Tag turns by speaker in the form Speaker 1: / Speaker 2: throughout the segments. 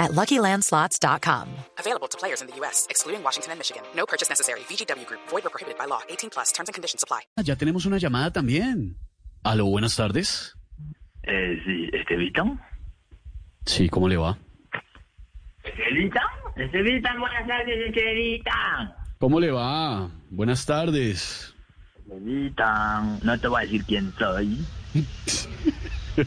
Speaker 1: at luckylandslots.com.
Speaker 2: Available to players in the U.S., excluding Washington and Michigan. No purchase necessary. VGW Group, void or prohibited by law. 18 plus terms and conditions apply.
Speaker 3: Ah, Ya tenemos una llamada también. Aló, buenas tardes.
Speaker 4: Eh, sí, Estevita.
Speaker 3: Sí, ¿cómo le va?
Speaker 4: Estevita. Estevita, buenas tardes, Estevita.
Speaker 3: ¿Cómo le va? Buenas tardes.
Speaker 4: Estevita, no te voy a decir quién soy. Te-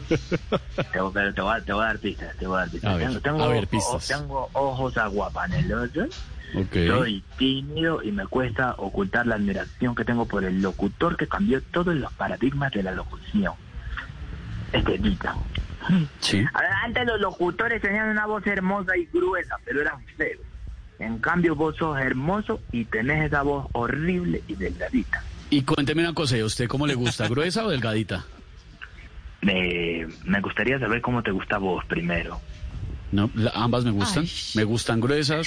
Speaker 4: pero te voy, a- te voy a dar pistas, te voy a dar pistas.
Speaker 3: A ver,
Speaker 4: tengo, tengo
Speaker 3: a ver,
Speaker 4: ojo-
Speaker 3: pistas.
Speaker 4: tengo ojos aguapanelosos,
Speaker 3: Ok.
Speaker 4: soy tímido y me cuesta ocultar la admiración que tengo por el locutor que cambió todos los paradigmas de la locución. Estevita.
Speaker 3: Sí.
Speaker 4: A ver, Antes los locutores tenían una voz hermosa y gruesa, pero eran feos. En cambio, vos sos hermoso y tenés esa voz horrible y delgadita.
Speaker 3: Y cuénteme una cosa, ¿y a usted cómo le gusta? ¿Gruesa o delgadita?
Speaker 4: Me, me gustaría saber cómo te gusta vos primero.
Speaker 3: No, la- ambas me gustan. Me gustan gruesas,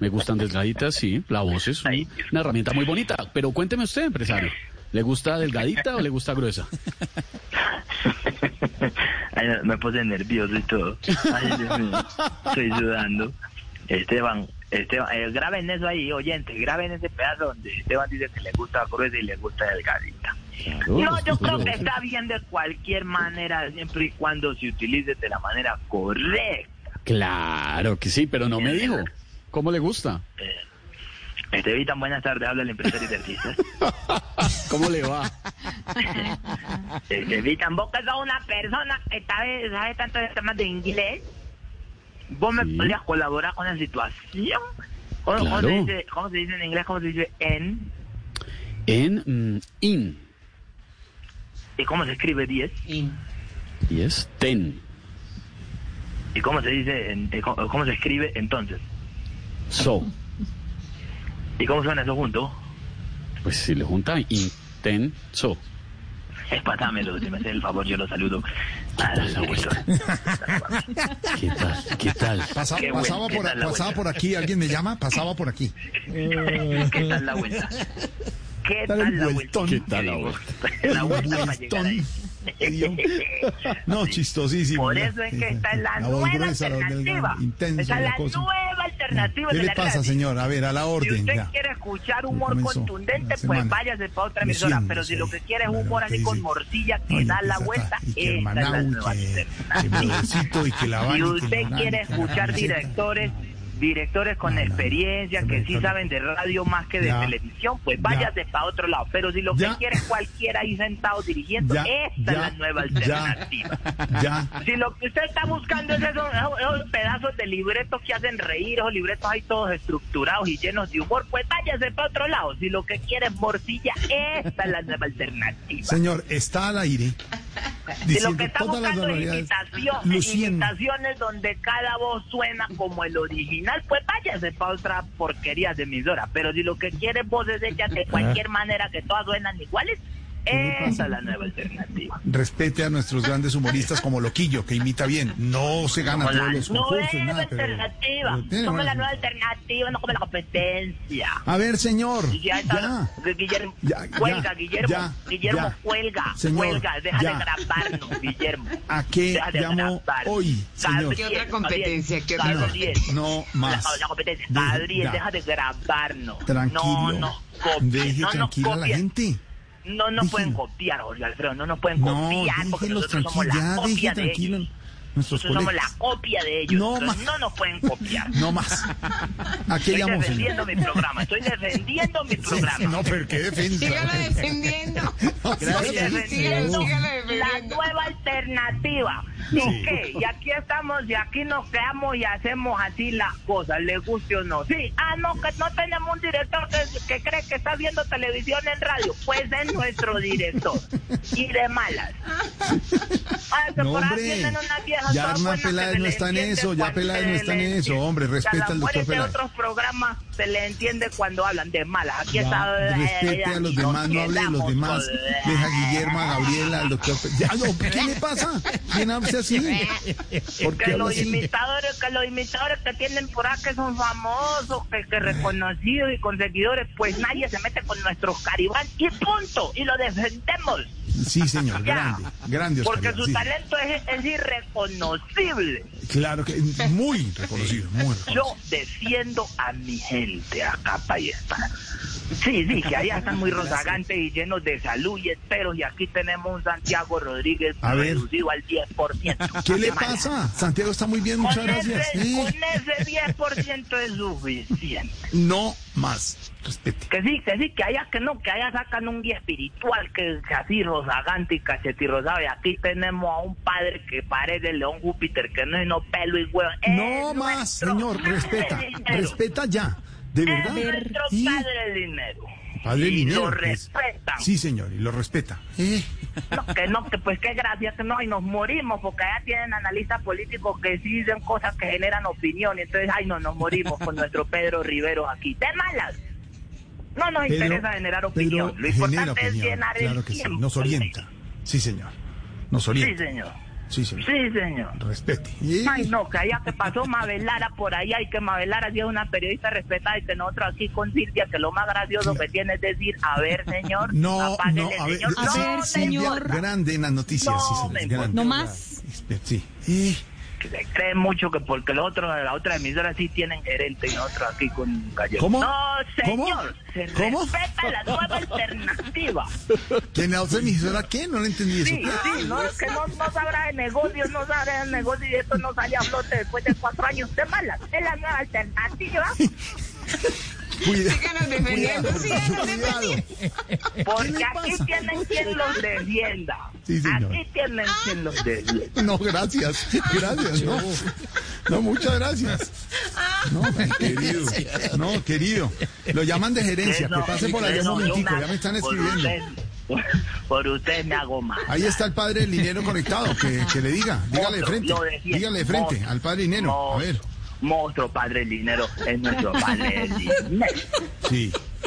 Speaker 3: me gustan delgaditas, sí. La voz es un- una herramienta muy bonita. Pero cuénteme usted, empresario. ¿Le gusta delgadita o le gusta gruesa?
Speaker 4: Ay, no, me puse nervioso y todo. Ay, Dios mío, estoy sudando. Esteban, Esteban, eh, graben eso ahí, oyente, graben ese pedazo donde Esteban dice que le gusta gruesa y le gusta delgadita.
Speaker 3: pues,
Speaker 4: No, yo creo que está bien de cualquier manera, siempre y cuando se utilice de la manera correcta.
Speaker 3: Claro que sí, pero no me dijo. ¿Cómo le gusta?
Speaker 4: Estevita, buenas tardes, habla el empresario de artistas.
Speaker 3: ¿Cómo le va?
Speaker 4: Estevita, vos que sos una persona que sabe, sabe tanto de temas de inglés, vos me
Speaker 3: Sí.
Speaker 4: podrías colaborar con la situación. ¿Cómo, cómo
Speaker 3: Claro.
Speaker 4: se dice, cómo se dice en inglés? ¿Cómo se dice en?
Speaker 3: En mm, in.
Speaker 4: ¿Y cómo se escribe 10?
Speaker 3: Y es ten.
Speaker 4: ¿Y cómo se dice en, y cómo, cómo se escribe entonces?
Speaker 3: So.
Speaker 4: ¿Y cómo suena eso juntos?
Speaker 3: Pues si le junta intenso.
Speaker 4: Espatámelo, si me hace el favor, yo lo saludo. Ah,
Speaker 3: tal la vuelta? ¿Qué tal? ¿Qué tal?
Speaker 5: Pasa-
Speaker 4: Qué bueno,
Speaker 5: pasaba
Speaker 4: ¿qué
Speaker 5: por,
Speaker 4: tal la
Speaker 5: pasaba
Speaker 4: vuelta?
Speaker 5: por aquí, alguien me llama, pasaba por aquí.
Speaker 4: ¿Qué tal la vuelta? ¿Qué
Speaker 5: Tal
Speaker 4: tal
Speaker 5: el
Speaker 4: la vuelta?
Speaker 5: vueltón.
Speaker 3: ¿Qué tal la vuelta?
Speaker 4: La vuelta para llegar
Speaker 5: Vueltón.
Speaker 4: ahí.
Speaker 5: Idioma. No, chistosísimo.
Speaker 4: Por
Speaker 5: ya.
Speaker 4: eso es
Speaker 5: Sí,
Speaker 4: que está en la,
Speaker 5: la voz
Speaker 4: nueva
Speaker 5: gruesa, la voz
Speaker 4: alternativa.
Speaker 5: delgada, intenso,
Speaker 4: Esa es
Speaker 5: la
Speaker 4: la
Speaker 5: cosa.
Speaker 4: nueva alternativa
Speaker 5: ¿Qué
Speaker 4: de
Speaker 5: le
Speaker 4: la
Speaker 5: pasa,
Speaker 4: radio.
Speaker 5: señor? A ver, a la
Speaker 4: Si
Speaker 5: orden.
Speaker 4: usted
Speaker 5: ya.
Speaker 4: quiere escuchar
Speaker 5: Ya
Speaker 4: humor
Speaker 5: comenzó
Speaker 4: contundente,
Speaker 5: la
Speaker 4: pues
Speaker 5: semana.
Speaker 4: váyase para otra
Speaker 5: Lo
Speaker 4: emisora.
Speaker 5: siento,
Speaker 4: Pero si
Speaker 5: sí.
Speaker 4: lo que quiere es
Speaker 5: Claro,
Speaker 4: humor
Speaker 5: usted
Speaker 4: así con
Speaker 5: dice,
Speaker 4: morcilla
Speaker 5: no,
Speaker 4: que
Speaker 5: y
Speaker 4: da
Speaker 5: que
Speaker 4: la
Speaker 5: saca,
Speaker 4: vuelta,
Speaker 5: y
Speaker 4: esta
Speaker 5: que
Speaker 4: es la
Speaker 5: Hermanau, y
Speaker 4: nueva
Speaker 5: que- que
Speaker 4: alternativa.
Speaker 5: Brodecito, y que la
Speaker 4: Si
Speaker 5: Habana, y que
Speaker 4: usted
Speaker 5: Hermanau, y
Speaker 4: quiere
Speaker 5: que la
Speaker 4: escuchar
Speaker 5: camiseta.
Speaker 4: directores, directores con
Speaker 5: No, no, no.
Speaker 4: experiencia, que sí
Speaker 5: Directores.
Speaker 4: saben de radio más que de
Speaker 5: Ya.
Speaker 4: televisión, pues
Speaker 5: Ya.
Speaker 4: váyase para otro lado. Pero si lo que
Speaker 5: Ya.
Speaker 4: quiere es cualquiera ahí sentado dirigiendo,
Speaker 5: Ya,
Speaker 4: esta es
Speaker 5: ya,
Speaker 4: la nueva
Speaker 5: ya.
Speaker 4: alternativa.
Speaker 5: Ya.
Speaker 4: Si lo que usted está buscando es esos, esos pedazos de libretos que hacen reír, esos libretos ahí todos estructurados y llenos de humor, pues váyase para otro lado. Si lo que quiere es morcilla, esta es la nueva alternativa.
Speaker 5: Señor, está al aire.
Speaker 4: Si lo
Speaker 5: Diciendo
Speaker 4: que está
Speaker 5: todas las
Speaker 4: buscando es
Speaker 5: barbaridades.
Speaker 4: imitaciones,
Speaker 5: Luciendo.
Speaker 4: imitaciones donde cada voz suena como el original, pues váyase para otra porquería de emisora. Pero si lo que quiere es voces hechas
Speaker 5: Ah.
Speaker 4: de cualquier manera que todas suenan iguales, esa es la nueva alternativa.
Speaker 5: Respete a nuestros grandes humoristas como Loquillo, que imita bien. No se gana
Speaker 4: Como la
Speaker 5: todos los
Speaker 4: nueva
Speaker 5: concursos, nada. pero-
Speaker 4: alternativa.
Speaker 5: pero tiene
Speaker 4: Somos
Speaker 5: buenas-
Speaker 4: la nueva alternativa, no como la competencia.
Speaker 5: A ver, señor.
Speaker 4: Y ya está. Guillermo,
Speaker 5: Ya, ya,
Speaker 4: cuelga, Guillermo.
Speaker 5: ya,
Speaker 4: Guillermo,
Speaker 5: ya.
Speaker 4: cuelga.
Speaker 5: Señor,
Speaker 4: cuelga, deja de
Speaker 5: ya.
Speaker 4: grabarnos, Guillermo.
Speaker 5: ¿A qué
Speaker 4: Deja de
Speaker 5: llamó
Speaker 4: grabar.
Speaker 5: hoy, señor?
Speaker 6: ¿Qué otra competencia?
Speaker 4: Gabriel,
Speaker 6: ¿Qué otra
Speaker 4: Gabriel,
Speaker 5: No más.
Speaker 4: La, la competencia.
Speaker 5: Deje-
Speaker 4: Gabriel,
Speaker 5: ya.
Speaker 4: deja de grabarnos.
Speaker 5: Tranquilo.
Speaker 4: No nos copien. no
Speaker 5: Deje
Speaker 4: nos
Speaker 5: tranquila a la
Speaker 4: copien.
Speaker 5: gente.
Speaker 4: No nos pueden
Speaker 5: Déjelo.
Speaker 4: copiar, Jorge Alfredo. No nos pueden
Speaker 5: No,
Speaker 4: copiar porque
Speaker 5: déjelos
Speaker 4: nosotros somos
Speaker 5: tranquilos.
Speaker 4: la
Speaker 5: Ya,
Speaker 4: copia
Speaker 5: deje
Speaker 4: de ellos.
Speaker 5: tranquilo. Nuestros
Speaker 4: Nosotros somos
Speaker 5: colegas.
Speaker 4: la copia de ellos.
Speaker 5: No
Speaker 4: entonces
Speaker 5: más.
Speaker 4: no nos pueden copiar.
Speaker 5: No más. ¿A qué
Speaker 4: Estoy
Speaker 5: llamó, señor?
Speaker 4: defendiendo mi programa. Estoy defendiendo mi programa.
Speaker 5: No, pero qué defensa.
Speaker 6: Sígalo defendiendo.
Speaker 5: Gracias.
Speaker 4: Estoy
Speaker 6: Sí, sí,
Speaker 4: defendiendo
Speaker 6: sígalo
Speaker 4: la
Speaker 6: defendiendo.
Speaker 4: nueva alternativa. ¿Y qué? Y aquí estamos y aquí nos quedamos y hacemos así las cosas, le guste o no. Sí, ah, no, que no tenemos un director que, que cree que está viendo televisión en radio. Pues es nuestro director. Y de malas. Ah, que
Speaker 5: No,
Speaker 4: por ahí
Speaker 5: hombre.
Speaker 4: tienen unas viejas
Speaker 5: Ya
Speaker 4: todas
Speaker 5: Hernán
Speaker 4: buenas que
Speaker 5: Peláez
Speaker 4: se
Speaker 5: no
Speaker 4: les
Speaker 5: está en
Speaker 4: entiende
Speaker 5: eso, ya
Speaker 4: cuando
Speaker 5: Peláez
Speaker 4: se
Speaker 5: no está
Speaker 4: les
Speaker 5: en eso,
Speaker 4: entiende.
Speaker 5: hombre,
Speaker 4: Y a
Speaker 5: respeta
Speaker 4: las
Speaker 5: al doctor
Speaker 4: mujeres de
Speaker 5: Peláez.
Speaker 4: otros programas se le entiende cuando hablan de malas. Aquí
Speaker 5: Ya,
Speaker 4: está. eh,
Speaker 5: respete a los demás, no hable de los demás. Deja a Guillermo, a Gabriela, al doctor. Pe- Ya, Ah, no, ¿Qué le pasa? ¿Quién hace así? ¿Por qué
Speaker 4: que
Speaker 5: habla
Speaker 4: los
Speaker 5: así?
Speaker 4: imitadores, que los imitadores que tienen por acá que son famosos, que, que reconocidos y con seguidores, pues nadie se mete con nuestros caribán y punto, y lo defendemos,
Speaker 5: Sí, señor,
Speaker 4: Ya.
Speaker 5: grande, grande Oscar
Speaker 4: porque su
Speaker 5: Iván, sí.
Speaker 4: talento es, es irreconocible.
Speaker 5: Claro que muy reconocido, muy reconocido.
Speaker 4: Yo defiendo a mi gente a capa y espada. Sí, sí, que allá están muy rozagantes y llenos de salud y esperos, y aquí tenemos un Santiago Rodríguez
Speaker 5: A ver.
Speaker 4: reducido al 10%.
Speaker 5: ¿Qué le
Speaker 4: Mala.
Speaker 5: pasa? Santiago está muy bien, muchas
Speaker 4: Con
Speaker 5: gracias.
Speaker 4: ese-
Speaker 5: Sí,
Speaker 4: con ese 10% es suficiente.
Speaker 5: no más. Respete.
Speaker 4: Que sí, que sí, que allá que no, que allá sacan un guía espiritual, que, que así rozagante y cachetirrosado. Y aquí tenemos a un padre que parece el león Júpiter, que no es no pelo y huevo.
Speaker 5: No más, señor, respeta, respeta ya. De
Speaker 4: Es
Speaker 5: verdad.
Speaker 4: Eh, nuestro
Speaker 5: Sí,
Speaker 4: padre el dinero.
Speaker 5: padre
Speaker 4: y
Speaker 5: Linero,
Speaker 4: Lo
Speaker 5: pues.
Speaker 4: respetan.
Speaker 5: Sí, señor, y lo respeta. Eh,
Speaker 4: No, que no, que pues qué gracia que no, y nos morimos, porque allá tienen analistas políticos que sí dicen cosas que generan opinión, y entonces, ay, no, nos morimos con nuestro Pedro Rivero aquí. ¡De malas! No nos
Speaker 5: Pedro-
Speaker 4: interesa generar
Speaker 5: Pedro
Speaker 4: opinión. Lo
Speaker 5: genera
Speaker 4: importante es
Speaker 5: opinión,
Speaker 4: llenar
Speaker 5: Claro
Speaker 4: el
Speaker 5: que sí,
Speaker 4: tiempo.
Speaker 5: nos orienta. Sí, señor. Nos
Speaker 4: Sí,
Speaker 5: orienta.
Speaker 4: señor.
Speaker 5: Sí, señor.
Speaker 4: Sí, señor.
Speaker 5: Respete. Eh,
Speaker 4: Ay, no, que allá que pasó Mabelara por allá y que Mabelara sí es una periodista respetada y que nosotros aquí con Silvia, que lo más gracioso que tiene es decir, a ver, señor.
Speaker 5: No, no,
Speaker 4: apáguele,
Speaker 5: a ver,
Speaker 4: señor.
Speaker 5: eh,
Speaker 4: No,
Speaker 5: sí,
Speaker 6: ver,
Speaker 5: sí,
Speaker 4: señor.
Speaker 6: señor.
Speaker 5: Grande en las noticias, sí,
Speaker 4: No,
Speaker 5: señor,
Speaker 4: me
Speaker 5: grande.
Speaker 6: No más.
Speaker 5: Sí. Eh,
Speaker 4: que se cree mucho que porque los otros, la otra emisora sí tienen gerente y nosotros aquí con gallego.
Speaker 5: ¿Cómo?
Speaker 4: No, señor.
Speaker 5: ¿Cómo?
Speaker 4: Se
Speaker 5: ¿Cómo?
Speaker 4: respeta la nueva alternativa.
Speaker 5: ¿Que en la otra emisora qué? No le entendí eso.
Speaker 4: Sí, sí, no, que no, no sabrá de negocios, no sabrá de negocios y esto no sale a flote después de cuatro años de malas. Es la nueva alternativa.
Speaker 5: Cuida-
Speaker 6: Síganos defendiendo,
Speaker 5: cuidado,
Speaker 6: síganos
Speaker 5: cuidado. ¿Qué
Speaker 4: Porque
Speaker 5: le
Speaker 4: aquí
Speaker 5: pasa?
Speaker 4: tienen quien los defienda.
Speaker 5: Sí, señor.
Speaker 4: Aquí tienen
Speaker 5: Ah.
Speaker 4: quien los defienda.
Speaker 5: No, gracias. Gracias, no. No, muchas gracias. No,
Speaker 4: Ah.
Speaker 5: querido. No, querido. Lo llaman de gerencia. Que
Speaker 4: Eso,
Speaker 5: pase por allá un
Speaker 4: eso,
Speaker 5: momentico.
Speaker 4: yo
Speaker 5: Ya me están
Speaker 4: por
Speaker 5: escribiendo.
Speaker 4: usted- Por, por usted me hago mal.
Speaker 5: Ahí está el padre Linero conectado. Que, que le diga. Dígale de
Speaker 4: Monstruo,
Speaker 5: frente.
Speaker 4: lo defiendo.
Speaker 5: Dígale de frente
Speaker 4: Monstruo,
Speaker 5: al padre Linero. A ver.
Speaker 4: monstruo, Monstruo, padre Linero, es nuestro padre Linero.
Speaker 5: Sí.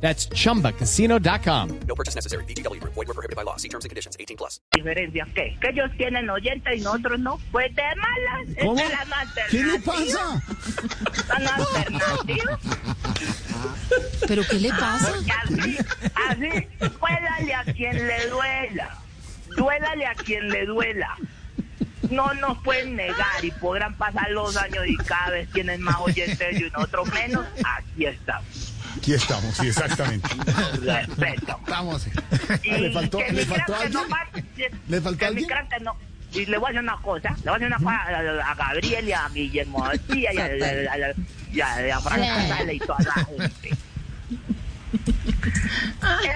Speaker 7: That's chumbacasino.com.
Speaker 2: No purchase necessary. VGW Group. Void were prohibited by law. See terms and conditions. 18 plus.
Speaker 4: diferencia. ¿Qué? Que ellos tienen oyentes y nosotros no. Pues de malas. Esta
Speaker 5: ¿Cómo?
Speaker 4: es la nueva
Speaker 5: ¿Qué le
Speaker 4: alternativa,
Speaker 5: pasa?
Speaker 4: la nueva alternativa.
Speaker 6: ¿Pero qué le pasa?
Speaker 4: Y así, así, duélale a quien le duela. Duélale a quien le duela. No nos pueden negar y podrán pasar los años y cada vez tienen más oyentes y nosotros menos. Aquí está.
Speaker 5: Aquí estamos. Sí, exactamente.
Speaker 4: Respeto.
Speaker 5: Estamos.
Speaker 4: Y
Speaker 5: Ah, ¿Le faltó,
Speaker 4: que
Speaker 5: ¿le
Speaker 4: mi
Speaker 5: faltó
Speaker 4: crack que
Speaker 5: alguien?
Speaker 4: no va-
Speaker 5: ¿Le faltó
Speaker 4: que mi
Speaker 5: alguien?
Speaker 4: crack que no- Y le voy a decir una cosa, le voy a decir una cosa a, a- a Gabriel y a Guillermo García y a, a- a- y a- y a Frank Casale y toda la gente.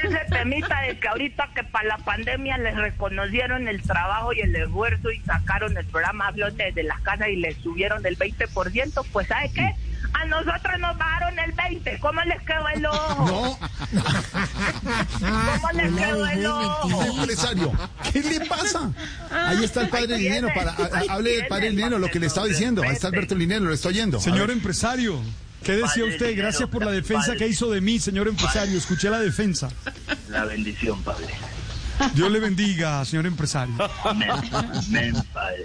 Speaker 4: Ese temita de que ahorita que para la pandemia les reconocieron el trabajo y el esfuerzo y sacaron el programa a flote desde las casas y les subieron el 20%, pues ¿sabe qué? A nosotros nos bajaron el 20%, ¿cómo les quedó el ojo?
Speaker 5: No, Ah,
Speaker 4: ¿Cómo les quedó el ojo?
Speaker 5: empresario. ¿Qué le pasa? Ah, Ahí está el padre
Speaker 4: Ahí
Speaker 5: Linero.
Speaker 4: tiene,
Speaker 5: Para, ha-
Speaker 4: ahí
Speaker 5: hable del
Speaker 4: tiene,
Speaker 5: padre Linero, lo que le estaba diciendo. Ahí está Alberto Linero, lo está oyendo. A
Speaker 8: Señor
Speaker 5: ver.
Speaker 8: empresario, ¿qué decía
Speaker 4: Padre
Speaker 8: usted?
Speaker 4: Linero,
Speaker 8: Gracias por la defensa
Speaker 4: padre.
Speaker 8: que hizo de mí, señor empresario. Escuché la defensa.
Speaker 4: La bendición, padre.
Speaker 8: Dios le bendiga, señor empresario.
Speaker 4: Amén, amén, padre.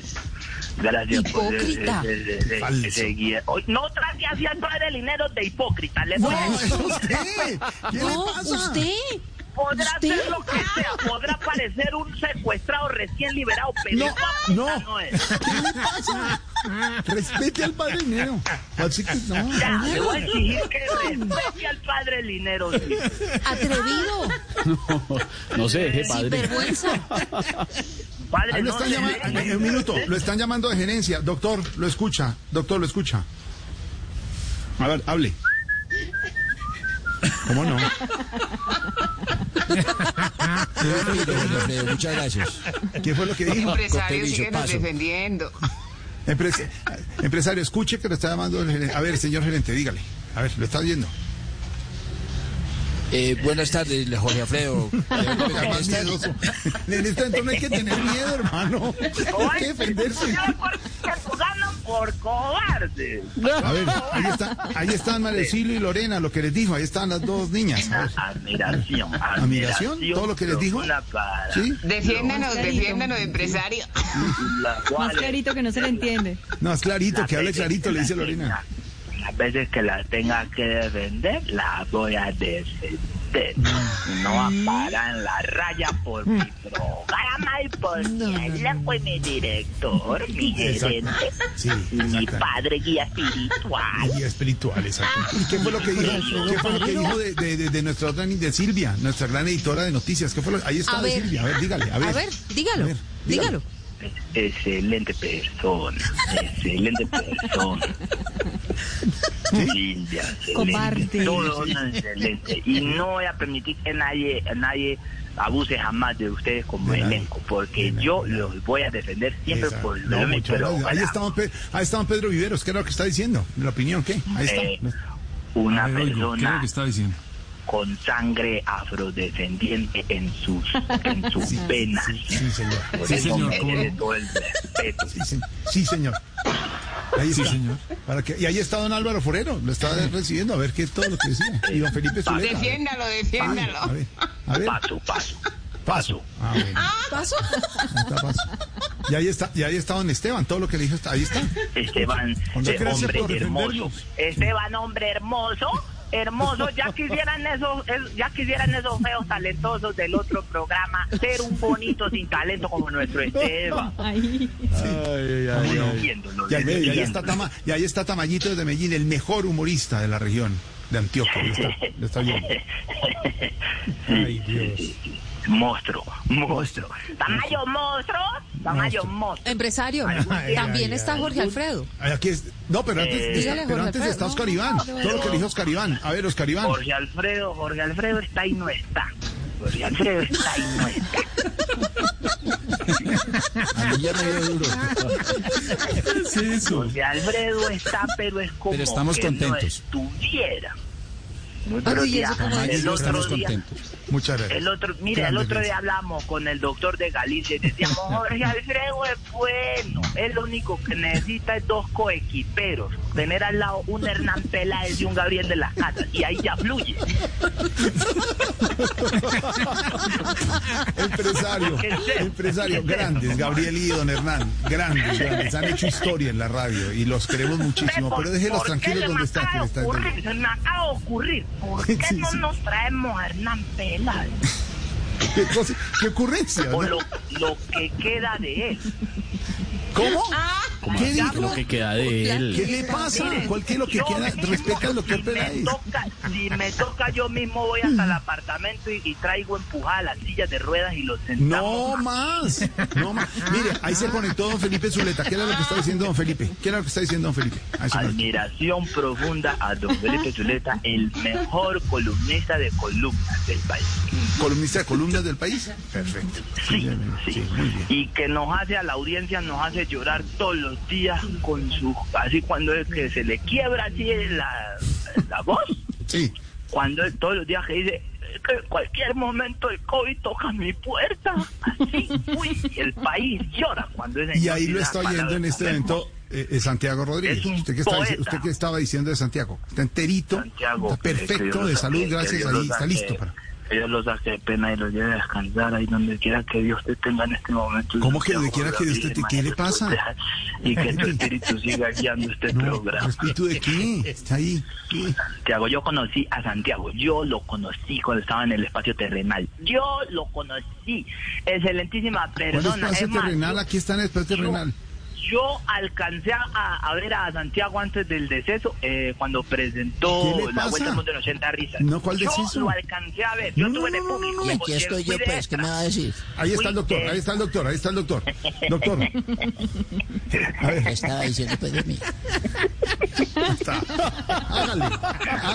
Speaker 4: Gracias por ese,
Speaker 6: Hipócrita.
Speaker 4: ese- ese-
Speaker 5: Falso.
Speaker 4: ese guía. Hoy, no trate así al padre Linero de hipócrita. Le
Speaker 5: No, es usted. ¿Qué le
Speaker 6: No,
Speaker 5: pasa?
Speaker 6: usted.
Speaker 4: podrá
Speaker 6: ¿Usted?
Speaker 4: ser lo que sea, podrá parecer un secuestrado recién liberado, pero
Speaker 5: No,
Speaker 4: esa puta
Speaker 5: no.
Speaker 4: es.
Speaker 5: ¿Qué le pasa? Respete al padre Linero. Así que no.
Speaker 4: Ya, Ah, le voy a exigir que respete al padre Linero. sí.
Speaker 6: Atrevido.
Speaker 3: No se deje, padre.
Speaker 6: Vergüenza.
Speaker 4: Padre,
Speaker 5: Ahí lo
Speaker 4: no
Speaker 5: están
Speaker 4: se
Speaker 5: llamando.
Speaker 4: deje.
Speaker 5: Un minuto. Lo están llamando de gerencia. Doctor, lo escucha. Doctor, lo escucha. A ver, hable. ¿Cómo no?
Speaker 9: Muchas gracias.
Speaker 5: ¿Qué fue lo que dijo?
Speaker 9: Empresarios, síguenos
Speaker 10: defendiendo.
Speaker 5: Empres- empresario, escuche que lo está llamando el gerente. A ver, señor gerente, dígale. A ver, lo está viendo.
Speaker 9: Eh, buenas tardes, Jorge Alfredo.
Speaker 5: Más miedoso. En este entorno hay que tener miedo, hermano. Hay que defenderse.
Speaker 4: Señor, ¿por qué lo ganan por cobarde?
Speaker 5: A ver, ahí, está, ahí están Marecilo y Lorena, lo que les dijo. Ahí están las dos niñas. A ver.
Speaker 4: Admiración,
Speaker 5: Ah. Admiración, todo lo que les dijo.
Speaker 4: La para,
Speaker 5: ¿Sí?
Speaker 10: Defiéndanos, defiéndanos, empresario.
Speaker 4: la cual
Speaker 11: Más clarito que no se le entiende.
Speaker 5: No, es clarito,
Speaker 4: las
Speaker 5: que hable
Speaker 4: veces
Speaker 5: clarito, le
Speaker 4: la
Speaker 5: dice Lorena.
Speaker 4: tenga- Las veces que la tenga que defender, la voy a defender.
Speaker 5: Mm.
Speaker 4: No va a parar en la raya por mi programa y por mi elenco y mi director, mi gerente,
Speaker 5: Sí,
Speaker 4: mi
Speaker 5: exacto.
Speaker 4: padre guía espiritual.
Speaker 5: Y espiritual, exacto. ¿Y qué fue lo que dijo, ¿Qué fue lo que dijo de, de- de- de nuestra otra ni- de Silvia, nuestra gran editora de noticias? ¿Qué fue lo- ahí está
Speaker 6: A
Speaker 5: de
Speaker 6: ver.
Speaker 5: Silvia, a ver, dígale, a ver.
Speaker 6: A ver, dígalo.
Speaker 5: A ver, dígalo.
Speaker 6: dígalo.
Speaker 4: Excelente persona, excelente persona. Silvia, excelente,
Speaker 11: Cobarde.
Speaker 4: todo una excelente. Y no voy a permitir que nadie, nadie abuse jamás de ustedes como
Speaker 5: De nadie.
Speaker 4: elenco, porque
Speaker 5: De nadie.
Speaker 4: yo los voy a defender siempre
Speaker 5: Esa-
Speaker 4: por
Speaker 5: no,
Speaker 4: lo mi
Speaker 5: muchas gracias. Ahí
Speaker 4: programa.
Speaker 5: estaba, Pe- ahí estaba Pedro Viveros, ¿qué era lo que está diciendo? ¿La opinión qué? Ahí está.
Speaker 4: Eh, una persona
Speaker 8: diciendo?
Speaker 4: con sangre afrodescendiente en sus, en sus venas.
Speaker 5: Sí, señor.
Speaker 4: Por
Speaker 8: Sí,
Speaker 4: eso
Speaker 8: señor,
Speaker 4: merece
Speaker 8: ¿cómo no?
Speaker 4: todo el respeto.
Speaker 5: Sí, sí, sí, señor. Ahí
Speaker 8: Sí,
Speaker 5: está.
Speaker 8: señor.
Speaker 5: Para que, y ahí está don Álvaro Forero, lo está recibiendo, a ver qué es todo lo que decía. Y don Felipe Zuleta. a ver.
Speaker 10: Defiéndalo,
Speaker 5: A
Speaker 10: defiéndalo.
Speaker 5: ver, a ver.
Speaker 4: Paso, paso.
Speaker 5: Paso. Ah, bueno.
Speaker 6: ¿Paso?
Speaker 5: Ahí está, paso. Y ahí está, y ahí está don Esteban, todo lo que le dijo, está- ahí está.
Speaker 4: Esteban,
Speaker 5: Muchas
Speaker 4: eh,
Speaker 5: gracias
Speaker 4: hombre
Speaker 5: por
Speaker 4: hermoso.
Speaker 5: defendernos.
Speaker 4: Esteban, hombre hermoso. Hermoso, ya quisieran esos, es- ya quisieran esos feos talentosos del otro programa ser un bonito sin talento como nuestro Esteban.
Speaker 11: Ahí.
Speaker 4: Defiéndolo,
Speaker 5: Y ahí, y ahí
Speaker 4: defiéndolo.
Speaker 5: está Tama- y ahí está Tamayito desde Medellín, el mejor humorista de la región de Antioquia. Lo está, lo está viendo. Ay, Dios.
Speaker 4: Monstruo, monstruo. Tamayo monstruo, tamayo monstruo.
Speaker 6: Empresario.
Speaker 5: Ay,
Speaker 6: También
Speaker 5: ay,
Speaker 6: está
Speaker 5: ay.
Speaker 6: Jorge Alfredo.
Speaker 5: Ay, Aquí es, no, pero antes,
Speaker 4: Eh,
Speaker 6: Dígale,
Speaker 5: pero
Speaker 6: Jorge
Speaker 5: antes
Speaker 6: Alfredo.
Speaker 5: está
Speaker 6: No,
Speaker 5: Oscar Iván.
Speaker 6: no, no,
Speaker 5: todo lo que
Speaker 4: no.
Speaker 5: dijo Oscar Iván. A ver, Oscar Iván.
Speaker 4: Jorge Alfredo, Jorge Alfredo está y no está. Jorge Alfredo está y no está.
Speaker 9: A mí ya me dio duro.
Speaker 8: es eso?
Speaker 4: Jorge Alfredo está, pero es como
Speaker 9: Pero estamos
Speaker 4: que
Speaker 9: contentos.
Speaker 4: no estuviera. El
Speaker 6: Pero,
Speaker 4: otro
Speaker 6: ¿y
Speaker 4: día,
Speaker 6: eso cómo es?
Speaker 4: el
Speaker 9: No
Speaker 4: otro
Speaker 9: estamos
Speaker 4: día,
Speaker 9: contentos.
Speaker 5: Muchas gracias.
Speaker 4: el otro, mira, el
Speaker 5: Grande
Speaker 4: otro día
Speaker 5: Renzo.
Speaker 4: hablamos con el doctor de Galicia y decíamos, Jorge Alfredo es bueno, es lo único que necesita es dos coequiperos, tener al lado un Hernán Peláez y un Gabriel de las Casas, y ahí ya fluye.
Speaker 5: Empresario, empresario, grandes, Gabriel y Don Hernán, grandes, grandes, han hecho historia en la radio y los queremos muchísimo,
Speaker 4: Ve,
Speaker 5: pero
Speaker 4: ¿por-
Speaker 5: déjelos
Speaker 4: ¿por
Speaker 5: tranquilos
Speaker 4: qué
Speaker 5: donde
Speaker 4: se me
Speaker 5: están, que
Speaker 4: acaba de
Speaker 5: le están
Speaker 4: ocurrir? Se me acaba de ocurrir. ¿Por
Speaker 5: Sí,
Speaker 4: qué no
Speaker 5: sí.
Speaker 4: nos traemos a Hernán Peláez?
Speaker 5: ¿Qué, cosa- qué ocurrencia?
Speaker 4: O
Speaker 5: no?
Speaker 4: lo, lo que queda de él.
Speaker 5: ¿Cómo? ¿Qué
Speaker 3: Así que
Speaker 5: dijo?
Speaker 3: Lo que queda de
Speaker 5: ¿Qué
Speaker 3: él.
Speaker 5: le pasa? ¿Cuál que es lo que
Speaker 4: Yo
Speaker 5: queda?
Speaker 4: mismo,
Speaker 5: Respeta al doctor
Speaker 4: si me
Speaker 5: Peláez.
Speaker 4: toca- Si me toca, yo mismo voy hasta el apartamento y, y traigo empujada las sillas de ruedas y los
Speaker 5: No
Speaker 4: sentamos.
Speaker 5: más, no más. Mire, ahí se conectó don Felipe Zuleta. ¿Qué era lo que está diciendo don Felipe? ¿Qué era lo que está diciendo don Felipe? Ahí se conectó.
Speaker 4: Admiración profunda a don Felipe Zuleta, el mejor columnista de columnas del país.
Speaker 5: Columnista de columnas del país. Perfecto.
Speaker 4: Sí,
Speaker 5: Sí,
Speaker 4: sí.
Speaker 5: muy bien.
Speaker 4: Y que nos hace a la audiencia, nos hace llorar todos los días con su... Así cuando es que se le quiebra así la, la voz.
Speaker 5: Sí.
Speaker 4: cuando él todos los días que dice que en cualquier momento el COVID toca mi puerta, así, uy, el país llora cuando es
Speaker 5: Y ahí lo está oyendo en este evento eh, eh, Santiago Rodríguez.
Speaker 4: Es un
Speaker 5: ¿Usted qué, está, dic-
Speaker 4: poeta.
Speaker 5: usted qué estaba diciendo de Santiago? Está enterito,
Speaker 4: Santiago, este, que- que
Speaker 5: está
Speaker 4: Dios
Speaker 5: perfecto
Speaker 4: lo
Speaker 5: de salud,
Speaker 4: saque, que
Speaker 5: gracias
Speaker 4: Dios
Speaker 5: a
Speaker 4: lo
Speaker 5: Dios, está
Speaker 4: saque.
Speaker 5: listo para...
Speaker 4: Dios los saque de pena y los lleve a descansar ahí donde quiera que Dios te tenga en este momento.
Speaker 5: ¿Cómo que donde quiera que Dios te-
Speaker 4: Virgen,
Speaker 5: qué le
Speaker 4: Madre
Speaker 5: pasa?
Speaker 4: Soltera, Y que tu espíritu siga guiando este programa.
Speaker 5: ¿Espíritu de qué? Está ahí. ¿Qué?
Speaker 4: Santiago, yo conocí a Santiago, yo lo conocí cuando estaba en el espacio terrenal, yo lo conocí, excelentísima
Speaker 5: ¿Cuál
Speaker 4: persona,
Speaker 5: espacio
Speaker 4: es más,
Speaker 5: terrenal?
Speaker 4: yo-
Speaker 5: Aquí está en el espacio terrenal.
Speaker 4: yo alcancé a, a ver a Santiago antes del deceso, eh, cuando presentó
Speaker 5: ¿Qué le
Speaker 4: la
Speaker 5: pasa?
Speaker 4: Vuelta al Mundo en 80 risas.
Speaker 5: No, ¿cuál
Speaker 4: yo
Speaker 5: deceso?
Speaker 4: lo alcancé a ver, yo estuve en el público.
Speaker 9: Y aquí estoy yo, pues, ¿qué me va a decir?
Speaker 5: Ahí está el doctor, ahí está el doctor, ahí está el doctor. Doctor, a
Speaker 9: ¿Qué
Speaker 5: ver,
Speaker 9: estaba diciendo, pues, de mí?
Speaker 5: está. Hágale,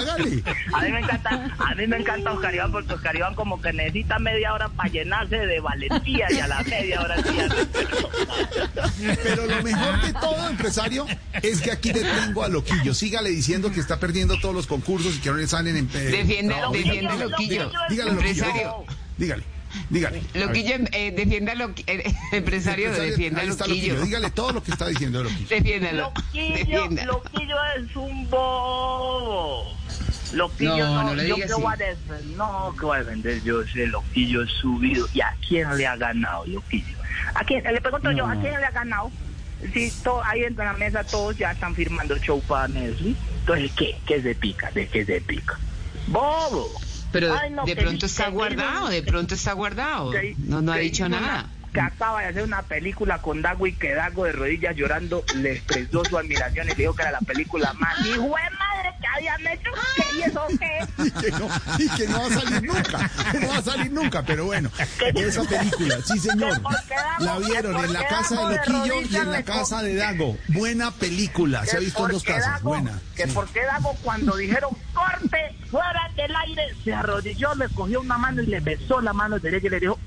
Speaker 5: hágale.
Speaker 4: A mí me encanta, a mí me encanta Oscar Iván, porque Oscar Iván como que necesita media hora para llenarse de valentía y a la media hora sí ya
Speaker 5: Pero lo mejor de todo, empresario, es que aquí detengo a Loquillo. Sígale diciendo que está perdiendo todos los concursos y que no le salen en... eh,
Speaker 10: Defiéndelo,
Speaker 5: no,
Speaker 10: defiéndelo,
Speaker 5: dígale,
Speaker 10: Loquillo.
Speaker 5: dígale, Dígale, Loquillo.
Speaker 10: Empresario.
Speaker 5: Dígale, dígale. A ver,
Speaker 10: Loquillo, eh, defienda lo eh, empresario, defienda a
Speaker 5: ahí está
Speaker 10: Loquillo.
Speaker 5: Dígale todo lo que está diciendo Loquillo.
Speaker 10: Defiéndalo.
Speaker 4: Loquillo,
Speaker 10: Defiéndalo.
Speaker 4: Loquillo es un bobo. Loquillo
Speaker 2: No,
Speaker 4: no,
Speaker 2: no le
Speaker 4: yo
Speaker 2: diga
Speaker 4: que
Speaker 2: así.
Speaker 4: voy a defender, no, que voy a defender yo ese Loquillo subido. ¿Y a quién le ha ganado Loquillo? ¿A quién? Le pregunto yo, ¿a quién le ha ganado? Si to- ahí en la mesa todos ya están firmando show para Messi. Entonces, ¿qué? ¿Qué se pica? ¿De qué se pica? ¡Bobo!
Speaker 10: Pero
Speaker 4: Ay, no,
Speaker 10: de
Speaker 4: que-
Speaker 10: pronto está
Speaker 4: que- que-
Speaker 10: guardado, de pronto está guardado.
Speaker 4: que-
Speaker 10: No, no ha
Speaker 4: que hizo
Speaker 10: dicho
Speaker 4: una-
Speaker 10: nada.
Speaker 4: Que acaba de hacer una película con Dago y que Dago de rodillas llorando le expresó su admiración y le dijo que era la película más. ¡Hijo de madre que habían hecho! ¿Qué y eso qué?
Speaker 5: Y que, no, y que no va a salir nunca, que no va a salir nunca, pero bueno, esa película, sí señor, la vieron en la casa de Loquillo y en la casa de Dago, buena película, se ha visto en dos
Speaker 4: porque
Speaker 5: casas,
Speaker 4: Dago-
Speaker 5: buena.
Speaker 4: Que
Speaker 5: sí.
Speaker 4: por qué Dago cuando dijeron corte fuera del aire se arrodilló, le cogió una mano y le besó la mano derecha y le dijo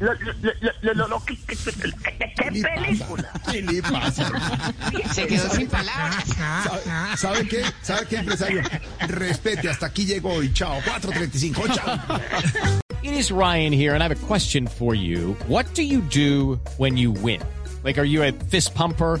Speaker 4: lo, lo, lo, lo, lo, lo- qué- qué- qué- qué
Speaker 5: ¿Qué le pasa?
Speaker 4: película.
Speaker 5: ¿Qué le pasa?
Speaker 10: Se quedó sin palabras.
Speaker 5: ¿Sabe, sabe qué? ¿Sabe qué, empresario? Respete, hasta aquí llegó hoy, chao, 4.35, chao.
Speaker 7: It is Ryan here, and I have a question for you. What do you do when you win? Like, are you a fist pumper?